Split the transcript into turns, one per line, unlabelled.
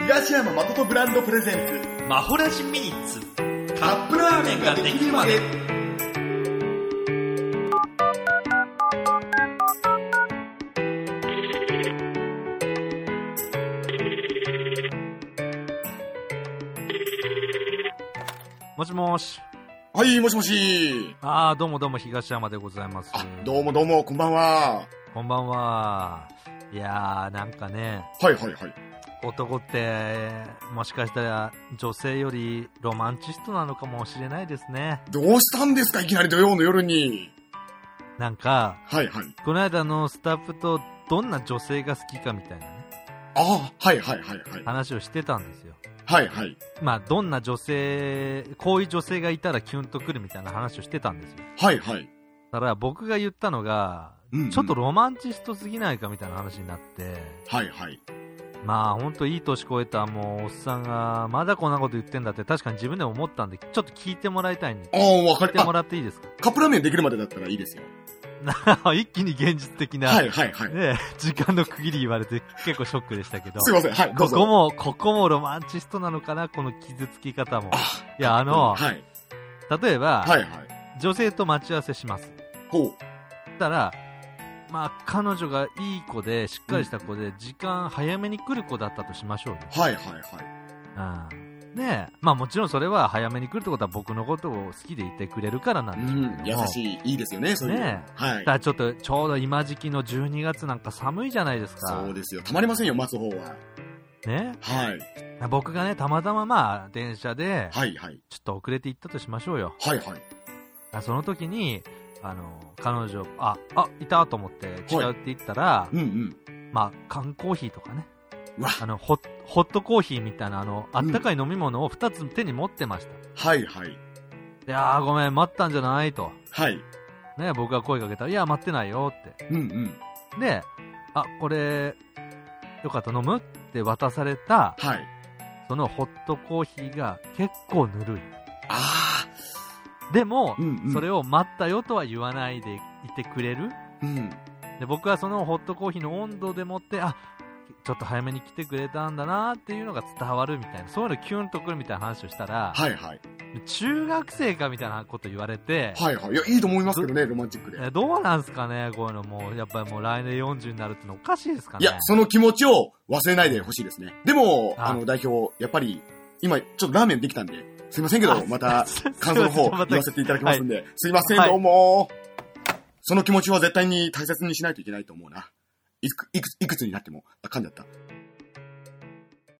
東山誠ブランドプレゼンツ
マホラジミニッツ
カップラーメンができるまで
もしもし
はいもしもし
ああどうもどうも東山でございます
あどうもどうもこんばんは
こんばんはいやーなんかね
はいはいはい
男ってもしかしたら女性よりロマンチストなのかもしれないですね
どうしたんですかいきなり土曜の夜に
なんか
はいはい
この間のスタッフとどんな女性が好きかみたいなね
あはいはいはいはい
話をしてたんですよ
はいはい
まあどんな女性こういう女性がいたらキュンとくるみたいな話をしてたんですよ
はいはい
だから僕が言ったのが、
うんうん
ちょっとロマンチストすぎないかみたいな話になって、
はいはい
まあほんといい年超えたもうおっさんが、まだこんなこと言ってんだって確かに自分でも思ったんで、ちょっと聞いてもらいたいんで、
ああわか
聞いても
り
らっていいです
あカップラーメンできるまでだったらいいですよ
か 一気に現実的な、
はいはいはい
ね、時間の区切り言われて結構ショックでしたけど、
すいません はいど
こ
うぞ
こも、ここもロマンチストなのかなこの傷つき方も。
あ
いや、あの、
はい
例えば、
はいはい
女性と待ち合わせします。
ほ
ったら、まあ、彼女がいい子で、しっかりした子で、時間早めに来る子だったとしましょうよ。
うはいはいはい
うん。で、まあもちろんそれは早めに来るってことは僕のことを好きでいてくれるからな
う
んでしょうけ
ん
ど
優
も。
しいいいですよねそういうの
ねえ
はい
だからちょっと、ちょうど今時期の12月なんか寒いじゃないですか。
そうですよたまりませんよ待つ方は
ね。
はい
僕がね、たまたままあ、電車で、
はいはい
ちょっと遅れて行ったとしましょうよ。
はいはい
あその時に、あの、彼女、あ、あ、いたと思って、違うって言ったら、
うんうん
まあ、缶コーヒーとかね。
うわ
あのホッ、ホットコーヒーみたいな、あの、あったかい飲み物を2つ手に持ってました。
はいはい
いやー、ごめん、待ったんじゃないと。
はい
ね、僕が声かけたら、いや、待ってないよって。
うんうん
で、あ、これ、よかった、飲むって渡された、
はい
そのホットコーヒーが結構ぬるい。
あ
でも
あ、うんうん
それを待ったよとは言わないでいてくれる。
うん
で、僕はそのホットコーヒーの温度でもって、あ、ちょっと早めに来てくれたんだなーっていうのが伝わるみたいな、そういうのキュンとくるみたいな話をしたら、
はいはい
中学生かみたいなこと言われて、
はいはいいやいいと思いますけどねロマンチックで
えどうなんすかね、こういうのもう、やっぱりもう来年40になるってのおかしいですかね。
いや、その気持ちを忘れないでほしいですね。でも、
あ
あの、代表、やっぱり、今、ちょっとラーメンできたんで、 すいませんけど、また、感想の方、言わせていただきますんで、すいません、
はい
どうも。その気持ちは絶対に大切にしないといけないと思うな。いく、いくつ、いくつになっても、あ、噛んじゃった。